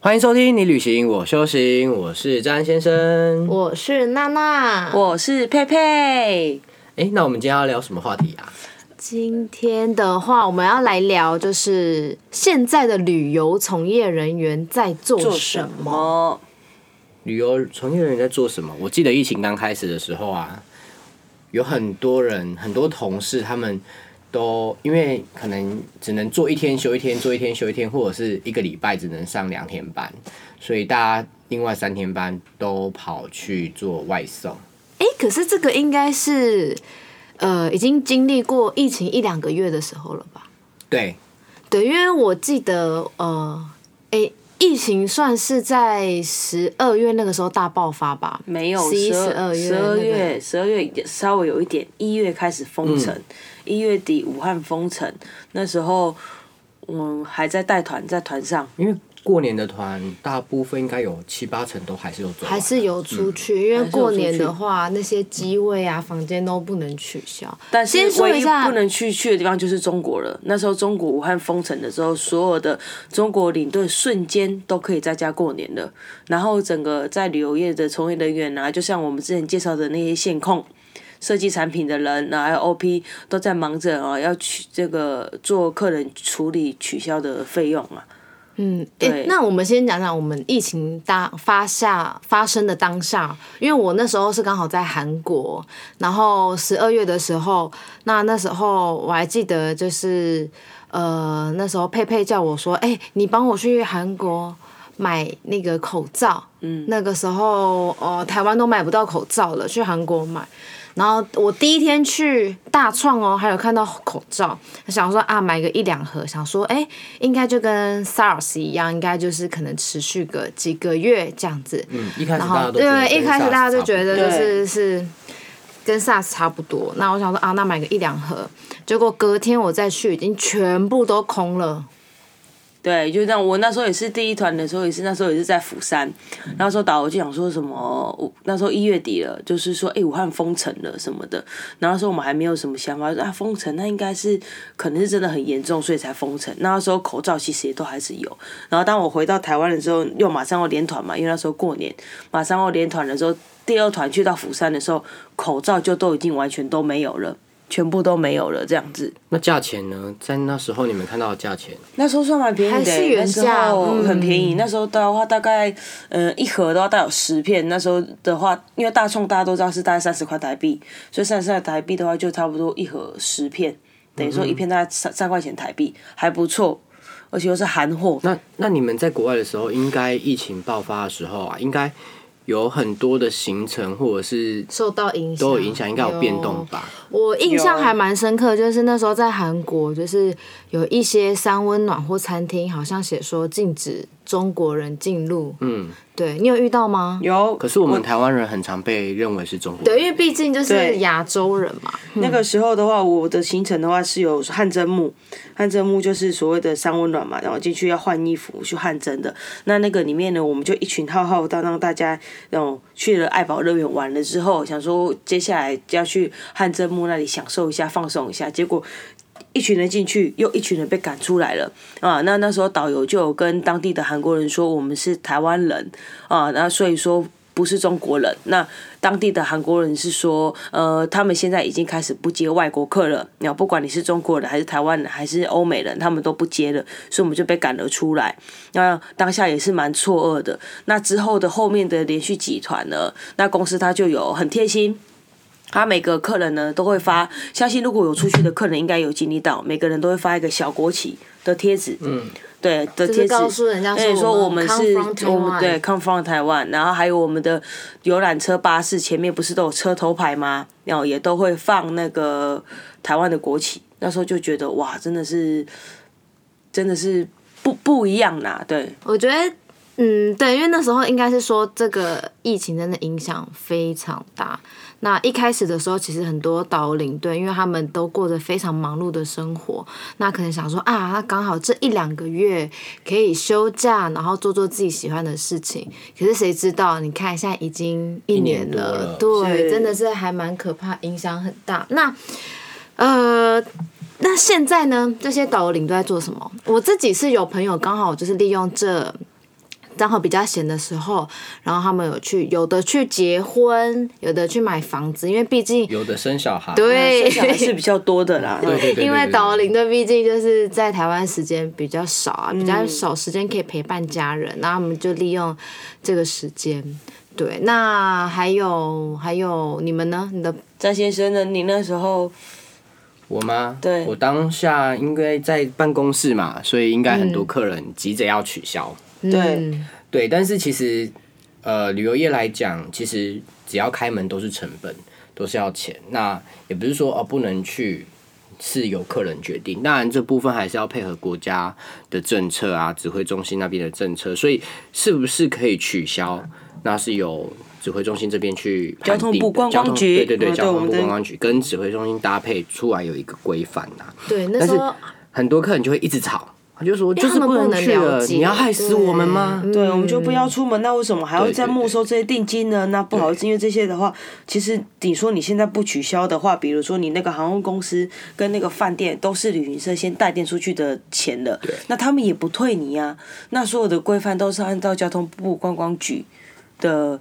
欢迎收听你旅行我修行，我是詹先生。我是娜娜，我是佩佩，哎，那我们今天要聊什么话题啊？今天的话，我们要来聊就是现在的旅游从业人员在做做什什么。么？旅游从业人员在做什么？我记得疫情刚开始的时候啊，有很多人，很多同事他们都因为可能只能做一天休一天，做一天休一天，或者是一个礼拜只能上两天班，所以大家另外三天班都跑去做外送。哎、可是这个应该是呃，已经经历过疫情一两个月的时候了吧？对，对，因为我记得呃，哎、疫情算是在十二月那个时候大爆发吧？没有，十一、十二二月、十那二个嗯月，十二月稍微有一点，一月开始封城，一、月底武汉封城，那时候我还在带团，在团上，因为过年的团大部分应该有七八成都还是有走完啊，还是嗯有出去，因还为是有过出年去的话，那些机位啊、房间都不能取消。但是先说一唯一下不能去去的地方就是中国了。那时候中国武汉封城的时候，所有的中国领队瞬间都可以在家过年了。然后整个在旅游业的从业人员啊，就像我们之前介绍的那些线控。设计产品的人，啊然后还有 OP 都在忙着啊，要取这个做客人处理取消的费用啊。嗯，诶对那我们先讲讲我们疫情当发下发生的当下，因为我那时候是刚好在韩国，然后十二月的时候，那那时候我还记得就是，呃，那时候佩佩叫我说，哎、你帮我去韩国买那个口罩，嗯，那个时候哦、呃台湾都买不到口罩了，去韩国买。然后我第一天去大创哦，还有看到口罩，想说啊买个一两盒，想说哎应该就跟 SARS 一样，应该就是可能持续个几个月这样子。嗯，一开始然大家后都觉得对，一跟开始 SARS 差大家就不多觉得就是是跟 SARS 差不多。那我想说啊，那买个一两盒，结果隔天我再去，已经全部都空了。对，就这样。我那时候也是第一团的时候，也是那哎时候也是在釜山，那时候导游就想说什么，我那时候一月底了，就是说，哎、武汉封城了什么的。然后那时候我们还没有什么想法，就说啊，封城那应该是可能是真的很严重，所以才封城。那时候口罩其实也都还是有。然后当我回到台湾的时候，又马上要连团嘛，因为那时候过年，马上要连团的时候，第二团去到釜山的时候，口罩就都已经完全都没有了，全部都没有了这样子。那价钱呢？在那时候你们看到的价钱，那时候算蛮便宜的、欸还是原价那时候嗯很便宜。那时候的话，大概呃一盒的话大概有十片。那时候的话，因为大创大家都知道是大概三十块台币，所以三十块台币的话就差不多一盒十片，等于说一片大概三三块钱台币，还不错，而且又是韩货。那那你们在国外的时候，应该疫情爆发的时候啊，应该有很多的行程或者是受到影响都有影响，应该有变动吧？我印象还蛮深刻，就是那时候在韩国，就是有一些三温暖或餐厅，好像写说禁止中国人进入。嗯，对你有遇到吗？有，可是我们台湾人很常被认为是中国对，人，因为毕竟就是对亚洲人嘛。那个时候的话，我的行程的话是有汗蒸幕，汗蒸幕就是所谓的三温暖嘛，然后进去要换衣服去汗蒸的。那那个里面呢，我们就一群浩浩荡荡，大家那种去了爱宝乐园玩了之后，想说接下来就要去汗蒸幕那里享受一下、放松一下，结果。一群人进去，又一群人被赶出来了啊！那那时候导游就有跟当地的韩国人说，我们是台湾人啊，那所以说不是中国人。那当地的韩国人是说，呃，他们现在已经开始不接外国客了。那不管你是中国人还是台湾人还是欧美人，他们都不接了，所以我们就被赶了出来。那当下也是蛮错愕的。那之后的后面的连续几团呢，那公司他就有很贴心。他每个客人呢都会发，相信如果有出去的客人应该有经历到，每个人都会发一个小国旗的贴纸，嗯，对的就是贴纸，告诉人家所以哎说我哎们们 come 是 from 我们 Taiwan 对 come from 台湾，然后还有我们的游览车巴士前面不是都有车头牌吗？然后也都会放那个台湾的国旗。那时候就觉得哇，真的是，真的是不不一样啦，对，我觉得，嗯，对，因为那时候应该是说这个疫情真的影响非常大。那一开始的时候，其实很多导领队，因为他们都过着非常忙碌的生活，那可能想说啊，那刚好这一两个月可以休假，然后做做自己喜欢的事情。可是谁知道？你看现在已经一年年多了，了对，是真的是还蛮可怕，影响很大。那呃，那现在呢？这些导游领队在做什么？我自己是有朋友刚好就是利用这刚好比较闲的时候，然后他们有去，有的去结婚，有的去买房子，因为毕竟有的啊生小孩，对 生，小孩是比较多的 啦。对对对对因为对导领队毕竟就是在台湾时间比较少啊，比较少时间可以陪伴家人，那我们就利用这个时间。对，那还有还有你们呢？你的张先生呢？你那时候我吗？对我当下应该在办公室嘛，所以应该很多客人急着要取消。对嗯对，但是其实呃，旅游业来讲，其实只要开门都是成本，都是要钱。那也不是说哦不能去，是由客人决定。当然这部分还是要配合国家的政策啊，指挥中心那边的政策。所以是不是可以取消，那是由指挥中心这边去交判通定部的观交光通局对对对，呃对交我通们部的观光局跟指挥中心搭配出来有一个规范呐。对，那但时是候很多客人就会一直吵，他就说就是他们不能能去了了，解你要害死我们吗？对对，我们就不要出门，那为什么还要嗯对再对没对收这些定金呢？那不好意思，因为这些的话，其实你说你现在不取消的话，比如说你那个航空公司跟那个饭店都是旅行社先带电出去的钱了，那他们也不退你呀、那所有的规范都是按照交通部观光局的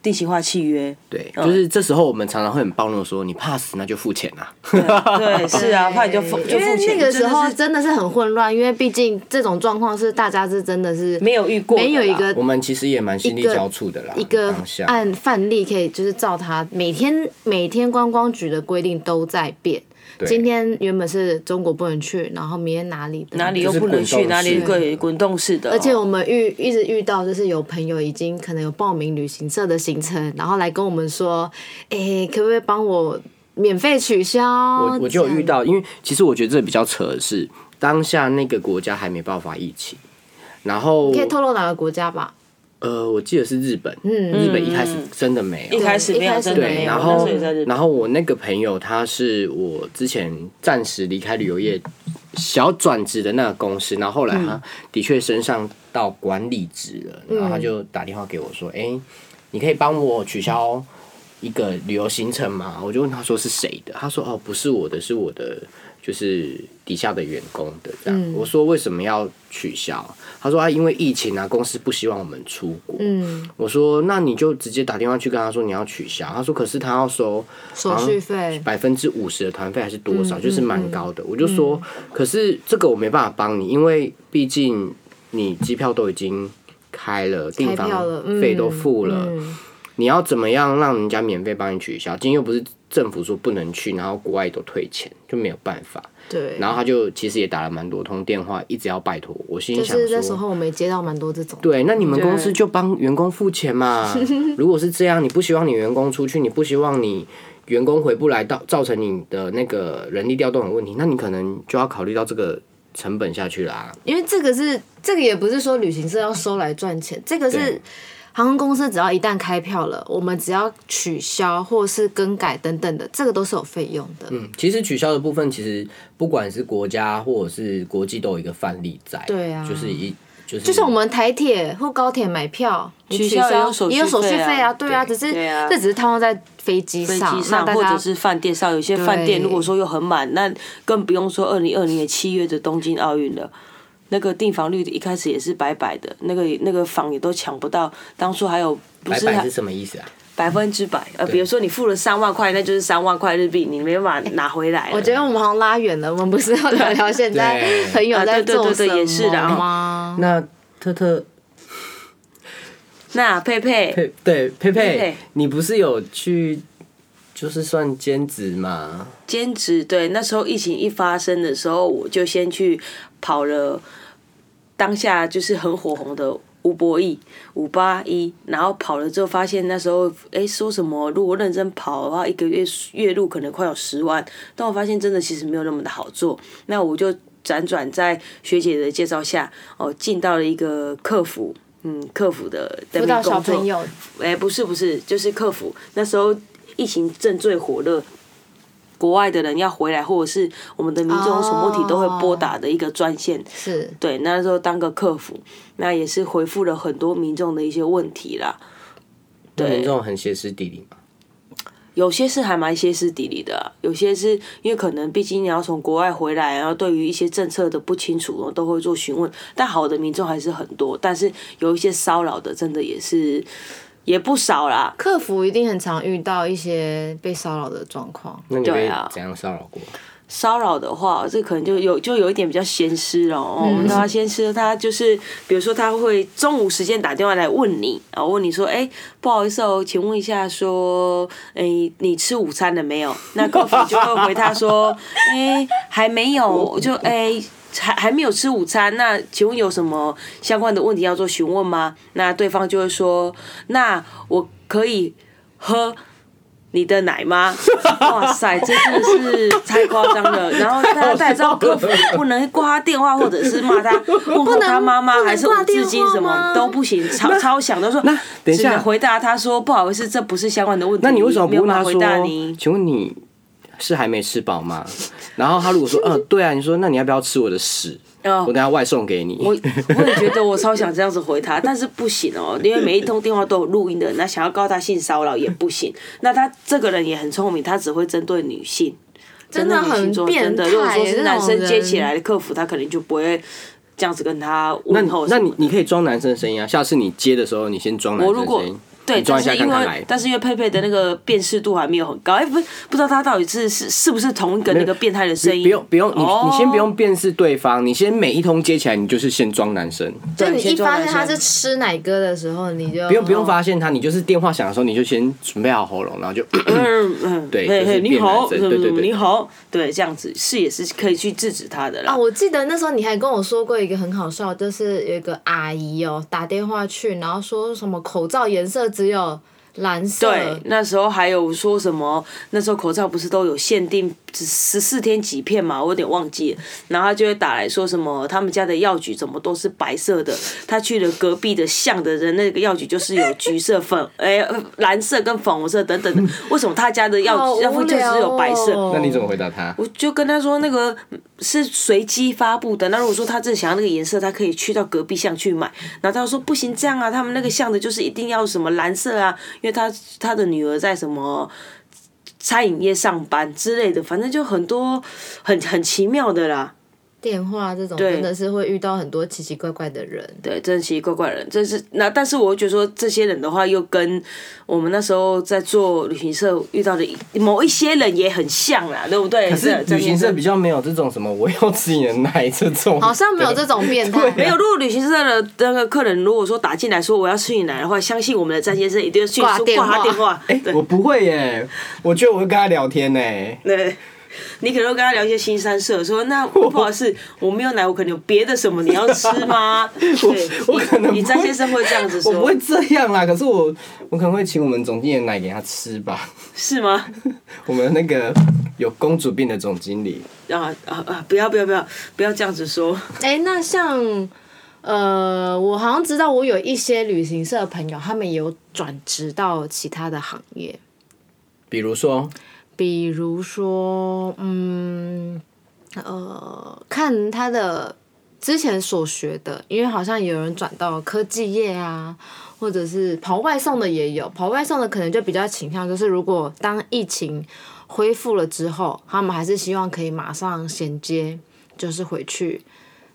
定型化契 约。对，嗯就是这时候我们常常会很暴怒地说，你怕死那就付钱啊。对，是啊，怕你就付对就哎因为付钱。那个时真候的是真的是很混乱，因为毕竟这种状况是大家是真的是没有遇过的啦，没有一个我们其实也蛮心力交瘁的啦，呃一个当下按范例可以就是照它每天每天观光局的规定都在变。对今天原本是中国不能去，然后明天哪里的哪里又就是不能去，滚动哪里式的滚滚动式的哦，而且我们遇一直遇到，就是有朋友已经可能有报名旅行社的行程，然后来跟我们说，诶，可不可以帮我免费取消？我我就有遇这样，到，因为其实我觉得这比较扯的是，当下那个国家还没爆发疫情，然后可以透露哪个国家吧？呃，我记得是日本，嗯日本一开始真的没有一。开始对没有一开始真的没对，没有，然我那时后候也在日本然后我那个朋友他是我之前暂时离开旅游业小转职的那个公司，然后后来嗯他的确升上到管理职了，然后他就打电话给我说：“哎、你可以帮我取消一个旅游行程吗？”我就问他说是谁的，他说：“哦，不是我的，是我的。”就是底下的员工的这嗯样，我说为什么要取消？他说啊，因为疫情啊，公司不希望我们出国。嗯，我说那你就直接打电话去跟他说你要取消。他说可是他要收手续费，百分之五十的团费还是多嗯少，就是蛮高的。我就说可是这个我没办法帮你，因为毕竟你机票都已经开了，订开票了，房费都付了，嗯嗯你要怎么样让人家免费帮你取消？今天又不是政府说不能去，然后国外都退钱，就没有办法。对，然后他就其实也打了蛮多通电话，一直要拜托我。我心里就想说，是那时候我们也接到蛮多这种，对，那你们公司就帮员工付钱嘛。如果是这样，你不希望你员工出去，你不希望你员工回不来，到造成你的那个人力调动的问题，那你可能就要考虑到这个成本下去啦。因为这个是这个也不是说旅行社要收来赚钱，这个是对航空公司只要一旦开票了，我们只要取消或是更改等等的，这个都是有费用的。嗯，其实取消的部分，其实不管是国家或者是国际都有一个范例在。对啊就是一就是就像我们台铁或高铁买票，你取取消消也有手续也有手续费啊费啊，对啊，只对是对啊这只是套用在飞机飞上机，上那或大者家是饭店上，有些饭店对如果说又很满，那更不用说二零二零年七月的东京奥运了。那个订房率一开始也是白白的，那个那个房也都抢不到。当初还有不白是板还是什么意思啊？百分之百，呃，比如说你付了三万块，那就是三万块日币，你没办法拿回来了。我觉得我们好像拉远了，我们不是要聊聊现在对朋友啊在对对做对什对也是的么吗？啊那特特那佩佩，佩对佩佩佩佩，你不是有去就是算兼职嘛？兼职对，那时候疫情一发生的时候，我就先去跑了当下就是很火红的吴博义五八一，然后跑了之后发现那时候哎说什么，如果认真跑的话，一个月月入可能快有十万，但我发现真的其实没有那么的好做，那我就辗转在学姐的介绍下哦进到了一个客服。嗯，客服的辅辅导小朋友，哎、不是不是，就是客服。那时候疫情正最火热，国外的人要回来，或者是我们的民众手目体都会拨打的一个专线。是对，那时候当个客服，那也是回复了很多民众的一些问题啦。那对民众很歇斯底里嘛？有些是还蛮歇斯底里的啊、有些是因为可能毕竟你要从国外回来，然后对于一些政策的不清楚，然后都会做询问。但好的民众还是很多，但是有一些骚扰的，真的也是也不少啦。客服一定很常遇到一些被骚扰的状况。那你被对啊怎样骚扰过？骚扰的话，这可能就有就有一点比较闲湿了哦。我们都要先吃，他就是比如说他会中午时间打电话来问你，然后问你说，哎、不好意思哦，请问一下说，哎、你吃午餐了没有？ 那客服就会回他说，哎、还没有，我就哎。还还没有吃午餐，那请问有什么相关的问题要做询问吗？那对方就会说，那我可以喝你的奶吗？ 哇塞，这真的是太夸张 了。然后大家也知道客服不能挂他电话，或者 是骂他，问候他妈妈不能还是五字经挂电话什么吗都不行，超超想都说。那等一只下能回答他说不好意思，这不是相关的问题。那你为什么不没有问办他法说回答你？？请问你是还没吃饱吗？然后他如果 说，呃，对啊，你说那你要不要吃我的屎？哦我等下外送给你。我我也觉得我超想这样子回他，但是不行哦，因为每一通电话都有录音的，那想要告他性骚扰也不行。那他这个人也很聪明，他只会针对女性，真的针对女性很做变真的，如果态说耶是这男种生接起人来的客服，他可能就不会这样子跟他那问你候那什你么的。你可以装男生的声音啊，下次你接的时候你先装男我生如的果声音，对，你装但一下是看因看为来。但是因为佩佩的那个辨识度还没有很高，哎、不不知道他到底是是是不是同一个那个变态的声音？不用不用，你你先不哦用辨识对方，你先每一通接起来，你就是先装男生，就对你先一装发现男他生是吃奶哥的时候，你就不用不用发现他，你就是电话响的时候，你就先准备好喉咙，然 后就嗯嗯，对嘿就是嘿，变你好，男生什么对对什么对你好，对，这样子是也是可以去制止他的啦啊，。我记得那时候你还跟我说过一个很好笑，就是有一个阿姨哦打电话去，然后说什么口罩颜色只有蓝色，对，那时候还有说什么？那时候口罩不是都有限定十十四天几片嘛？我有点忘记了。然后他就会打来说什么，他们家的药局怎么都是白色的？他去了隔壁的巷的人那个药局就是有橘色、粉哎、呃蓝色跟粉红色等等的，为什么他家的药嗯好局要不无就只聊有白色？哦。那你怎么回答他？我就跟他说那个嗯是随机发布的，那如果说他真的想要那个颜色，他可以去到隔壁巷去买。然后他就说不行，这样啊，他们那个巷的就是一定要什么蓝色啊，因为他他的女儿在什么。餐饮业上班之类的，反正就很多很很奇妙的啦。电话这种真的是会遇到很多奇奇怪怪的人。对，真的奇奇怪怪的人，真是那。但是我又觉得说，这些人的话又跟我们那时候在做旅行社遇到的一某一些人也很像啦，对不对？可是这旅行社比较没有这种什么我要吃你的奶这种，好像没有这种变啊态，没有，如果旅行社的那个客人如果说打进来说我要吃你奶的话，相信我们的詹先生一定会迅挂速电挂他话电话。哎、对我不会耶，我觉得我会跟他聊天呢。对，你可能会跟他聊一些新三色，说那不好意思，我没有奶，我可能有别的什么你要吃吗？对， 我我可能你不詹会先生会这样子我不会说，这样啦，可是我我可能会请我们总经理的奶给他吃吧。 是吗？我们那个有公主病的总经理，啊啊啊！不要不要不要不要这样子说，哎、那像呃，我好像知道我有一些旅行社朋友，他们有转职到其他的行业，比如说比如说，嗯，呃，看他的之前所学的，因为好像有人转到科技业啊，或者是跑外送的也有，跑外送的可能就比较倾向，就是如果当疫情恢复了之后，他们还是希望可以马上衔接，就是回去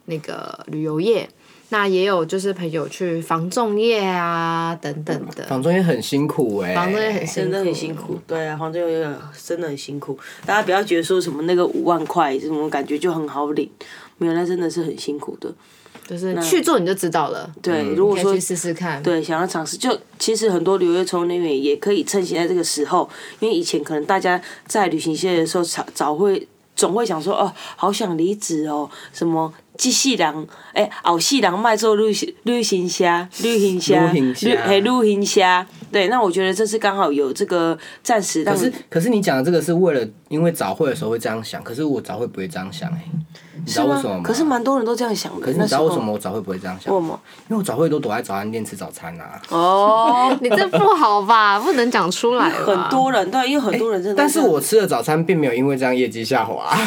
那个旅游业。那也有就是朋友去防重业啊等等呃的，房中也很辛苦哎、防重业很辛真苦，的很辛苦。对啊，黄队有点真的很辛苦，大家不要觉得说什么那个五万块什么感觉就很好领，没有，那真的是很辛苦的。就是去做你就知道了。嗯对，如果可以说去试试看。。对，想要尝试，就其实很多旅游从那边也可以趁现在这个时候，因为以前可能大家在旅行社的时候早早会总会想说哦，好想离职哦，什么寄细郎，哎、熬细郎卖做旅行旅行虾，旅行虾，旅行旅虾嘿旅行虾，对，那我觉得这次刚好有这个暂时让可是可是你讲的这个是为了，因为早会的时候会这样想，可是我早会不会这样想哎、你知道为什么吗吗？可是蛮多人都这样想的，可是你那知时道候为什么？我早会不会这样想？为什么？因为我早会都躲在早餐店吃早餐啊。哦你这不好吧？不能讲出来吧。 很多人对，因为很多人真的都这样子、但是我吃的早餐并没有因为这样业绩下滑。啊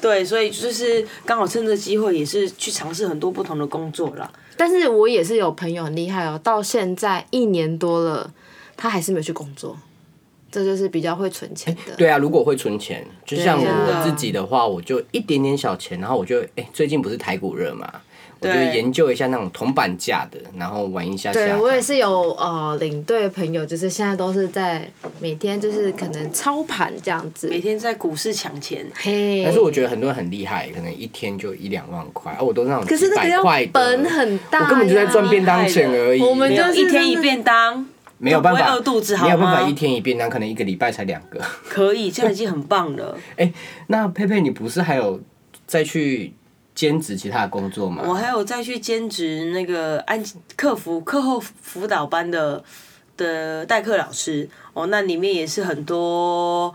对，所以就是刚好趁这机会，也是去尝试很多不同的工作啦。但是我也是有朋友很厉害哦，到现在一年多了，他还是没有去工作。这就是比较会存钱的。对啊，如果会存钱，就像对啊我自己的话，我就一点点小钱，然后我就哎、最近不是台股热嘛，我就研究一下那种铜板价的，然后玩一下下。对我也是有呃领队朋友，就是现在都是在每天就是可能操盘这样子，每天在股市抢钱，嘿。但是我觉得很多人很厉害，可能一天就一两万块，啊，我都那种可是几那个百要块的本很大呀，我根本就在赚便当钱而已。我们没就有是一天真一的便当，没有办不法会饿肚子好没吗有办法一天一便当，可能一个礼拜才两个。 可以，这样已经很棒了。哎、那佩佩，你不是还有再去兼职其他的工作吗？我还有再去兼职那个安客服课后辅导班的的代课老师哦，那里面也是很多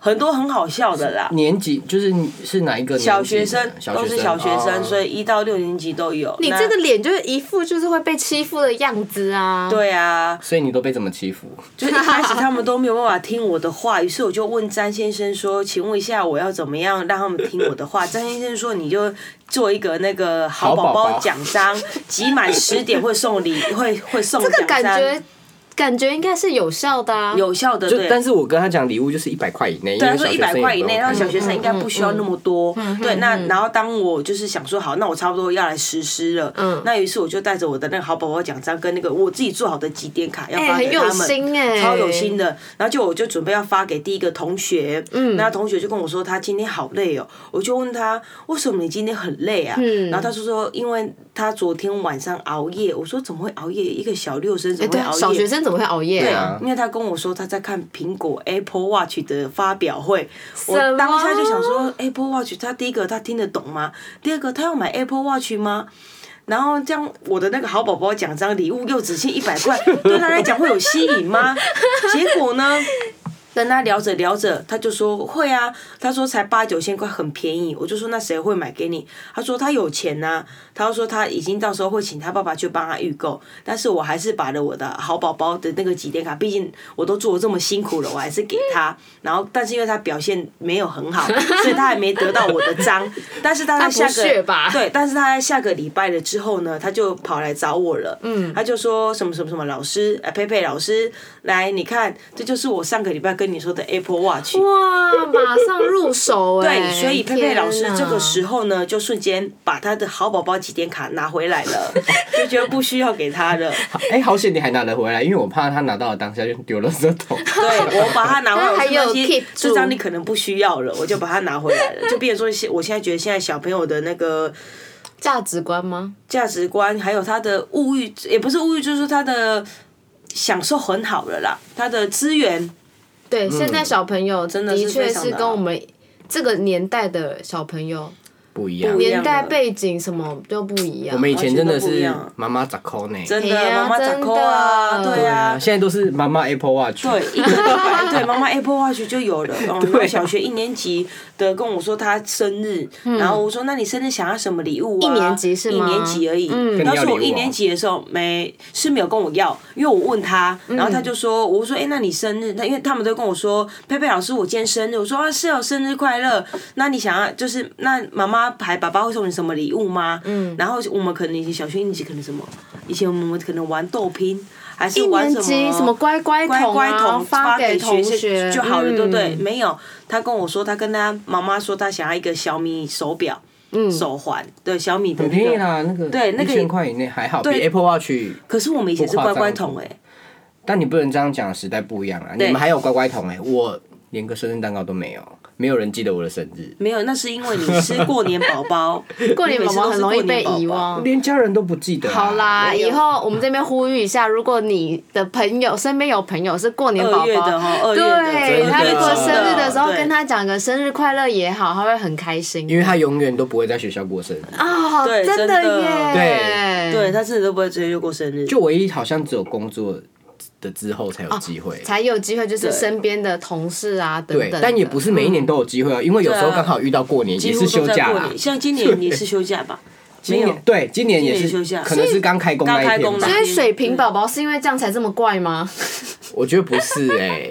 很多很好笑的嗯啦。年级就是你是哪一个年级的小学生小都学是小学生，哦所以一到六年级都有。你那这个脸就是一副就是会被欺负的样子啊。对啊，所以你都被怎么欺负？就是一开始他们都没有办法听我的话，于是我就问詹先生说：“请问一下，我要怎么样让他们听我的 话？”詹先生说：“你就做一个那个好宝好宝宝宝奖章，集满十点会送礼，会会送这奖个章。感觉感觉应该是有效的啊。有效的，就对。但是我跟他讲礼物就是一百块以内，对，因他为说小一学生百也块以不内，用让看嗯小学生应该不需要那么多。对，那然后当我就是想说，好，那我差不多要来实施了。嗯那于是我就带着我的那个好宝宝奖章跟那个我自己做好的几点卡要哎发给很有他们，心哎超有心的。然后就我就准备要发给第一个同学，嗯，那同学就跟我说他今天好累哦，我就问他为什么你今天很累啊？嗯然后他就说因为他昨天晚上熬夜。我说怎么会熬夜？一个小六生怎哎，么会对熬啊，夜？小学生怎么会熬夜对啊？啊因为他跟我说他在看苹果 Apple Watch 的发表会，我什么当下就想说 Apple Watch，他第一个他听得懂吗？第二个他要买 Apple Watch 吗？然后这样，我的那个好宝宝奖章礼物又只限一百 块，对他来讲会有吸引吗？结果呢，跟他聊着聊着，他就说会啊，他说才八九千块，很便宜。我就说那谁会买给你？他说他有钱呐、他就说他已经到时候会请他爸爸去帮他预购，但是我还是把了我的好宝宝的那个几点卡，毕竟我都做的这么辛苦了，我还是给他。 然后，但是因为他表现没有很好，所以他还没得到我的章。但是他在下他不屑个吧对，但是他在下个礼拜了之后呢，他就跑来找我了。嗯，他就说什么什么什么老师，呃，佩佩老师，来，你看，这就是我上个礼拜跟你说的 Apple Watch。哇，马上入 手哎、对，所以佩佩老师天哪这个时候呢，就瞬间把他的好宝宝几点卡拿回来 了，就觉得不需要给他了。哎、好险你还拿得回来，因为我怕他拿到了当下就丢了这 桶。对，我把它拿回来，他还我说有那些 keep 住这张你可能不需要了，我就把它拿回来了。就变成说现，我现在觉得现在小朋友的那个价值观吗？价值观，还有他的物欲，也不是物欲，就是他的享受很好了啦，他的资源。对，现在小朋友的是确非常是的跟我们这个年代的小朋友不一样不，一样年的代背景什么都不一样。我们以前真的完全都不一是样妈妈砸扣呢，真的，哎嘿呀妈妈咋真的扣啊？对对啊啊，，现在都是妈妈 Apple Watch。对，一个礼拜，对，妈妈 Apple Watch 就有 了。啊嗯，然后小学一年级的跟我说她生日，然后我说那你生日想要什么礼物啊？嗯一年级是吗一年级而已。嗯然后是我跟你要礼一物哦年级的时候没是没有跟我要，因为我问他，然后他就说，嗯我说哎、那你生日？那因为他们都跟我说，佩佩老师我今天生日，我说啊是哦，生日快乐。那你想要就是那妈妈还爸爸会送你什么礼物吗？嗯，然后我们可能以前小学一年级可能什么，以前我们可能玩斗拼。还是一玩年什么级什么乖乖桶、啊、乖乖桶发给同学就好了，对不对？嗯没有，他跟我说，他跟他妈妈说，他想要一个小米手表、手环，对，小米的很那便宜个。啦，那个对那个一千块以内还好，比 Apple Watch。可是我们以前是不夸乖张乖桶哎、但你不能这样讲，时代不一样啊。对你们还有乖乖桶哎，我连个生日蛋糕都没有，没有人记得我的生日，没有，那是因为你是过年宝 宝，过年宝宝很容易被你每次遗都是过年宝宝嗯忘。连家人都不记得啊。好啦，没有以后我们这边呼吁一下，如果你的朋友身边有朋友是过年宝二月的宝，哈，二月的，对真他如果真生日的时候对跟他讲个生日快乐也好，他会很开心。因为他永远都不会在学校过生日。啊，对真真的耶，对对他真的都不会直接就过生日，就唯一好像只有工作的之后才有机哦会。才有机会就是对身边的同事啊等对等的，，但也不是每一年都有机会哦，因为有时候对啊刚好遇到过年，几也乎是休都假在过啦。年。像今年也是休假吧？没今有年，对，今年也今是年休假可能是刚开工那刚开一工天吧那。所以水瓶宝宝是因为这样才这么怪 吗？我觉得不是哎、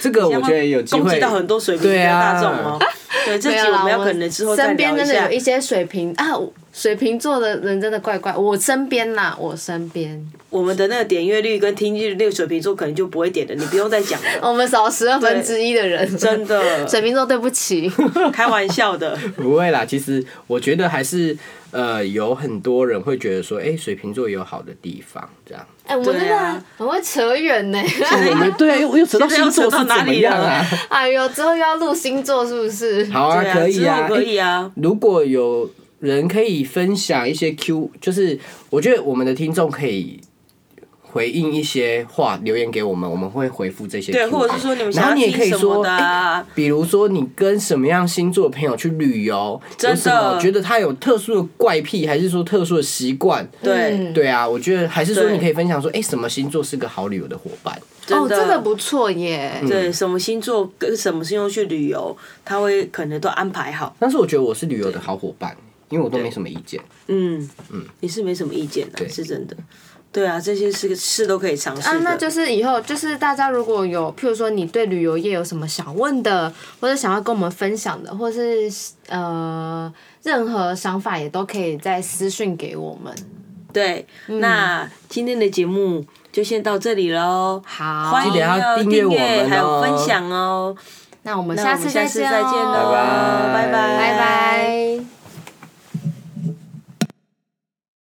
这个 我觉得有机攻击会到很多水平对的啊大众哦。对，这没集有啦，我们要可能之后再身边聊一真的下有一。些水瓶啊，水瓶座的人真的怪怪，我身边啦，我身边，我们的那个点阅率跟听阅率水瓶座可能就不会点的，你不用再讲了，我们少十二分之一的人， 真的水瓶座对不起，开玩笑 的。不会啦，其实我觉得还是呃，有很多人会觉得说，哎、水瓶座有好的地方，这样。 哎、我真对的啊很会扯远呢、 哎我们对啊，又又扯到现星在又座扯到是怎哪么里样了啊？哎呦，之后又要录星座是不是？好啊，对啊可以之啊，后可哎以啊如果有人可以分享一些 Q，就是我觉得我们的听众可以回应一些话留言给我们，我们会回复这些 Q 对，的。或者是说你们然想后你要也可听以什说么的、啊？比如说你跟什么样星座的朋友去旅游，真的有什么觉得他有特殊的怪癖，还是说特殊的习惯？对，嗯对啊，我觉得还是说对你可以分享说，哎、什么星座是个好旅游的伙伴？哦，真的真的不错耶。对，什么星座跟什么星座去旅游，他会可能都安排好。但是我觉得我是旅游的好伙伴，因为我都没什么意见。嗯嗯，你是没什么意见的、对是真的。对啊，这些是是都可以尝试的。啊，那就是以后就是大家如果有，譬如说你对旅游业有什么想问的，或者想要跟我们分享的，或是呃任何想法，也都可以再私讯给我们。对，那今天的节目就先到这里喽。好，欢记迎得要哦订订阅我们还有哦分享哦。那我们那下我们次下再次见再见哦喽，拜拜拜拜，拜拜。